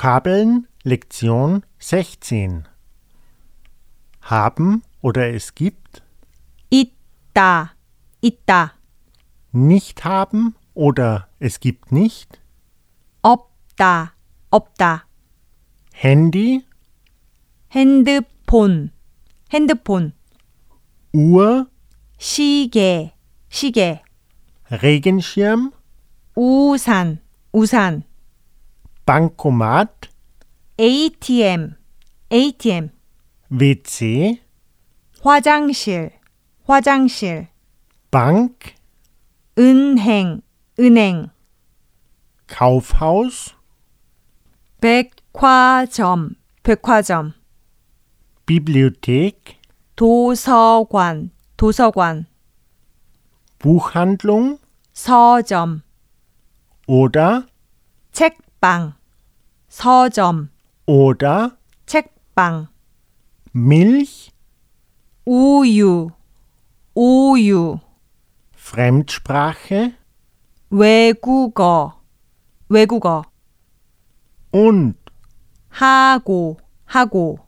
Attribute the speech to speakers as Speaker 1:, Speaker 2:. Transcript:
Speaker 1: Vokabeln Lektion 16 Haben oder es gibt,
Speaker 2: 있다, 있다,
Speaker 1: nicht haben oder es gibt nicht,
Speaker 2: 없다, 없다,
Speaker 1: Handy,
Speaker 2: 핸드폰, 핸드폰,
Speaker 1: Uhr,
Speaker 2: 시계, 시계,
Speaker 1: Regenschirm,
Speaker 2: 우산, 우산,
Speaker 1: Bankomat,
Speaker 2: ATM, ATM,
Speaker 1: WC,
Speaker 2: 화장실, 화장실,
Speaker 1: Bank,
Speaker 2: 은행, 은행,
Speaker 1: Kaufhaus,
Speaker 2: 백화점, 백화점,
Speaker 1: Bibliothek,
Speaker 2: 도서관, 도서관,
Speaker 1: Buchhandlung
Speaker 2: 서점,
Speaker 1: oder
Speaker 2: 책방, 서점,
Speaker 1: oder
Speaker 2: 책방,
Speaker 1: Milch,
Speaker 2: 우유, 우유,
Speaker 1: Fremdsprache
Speaker 2: 외국어, 외국어,
Speaker 1: und
Speaker 2: 하고, 하고,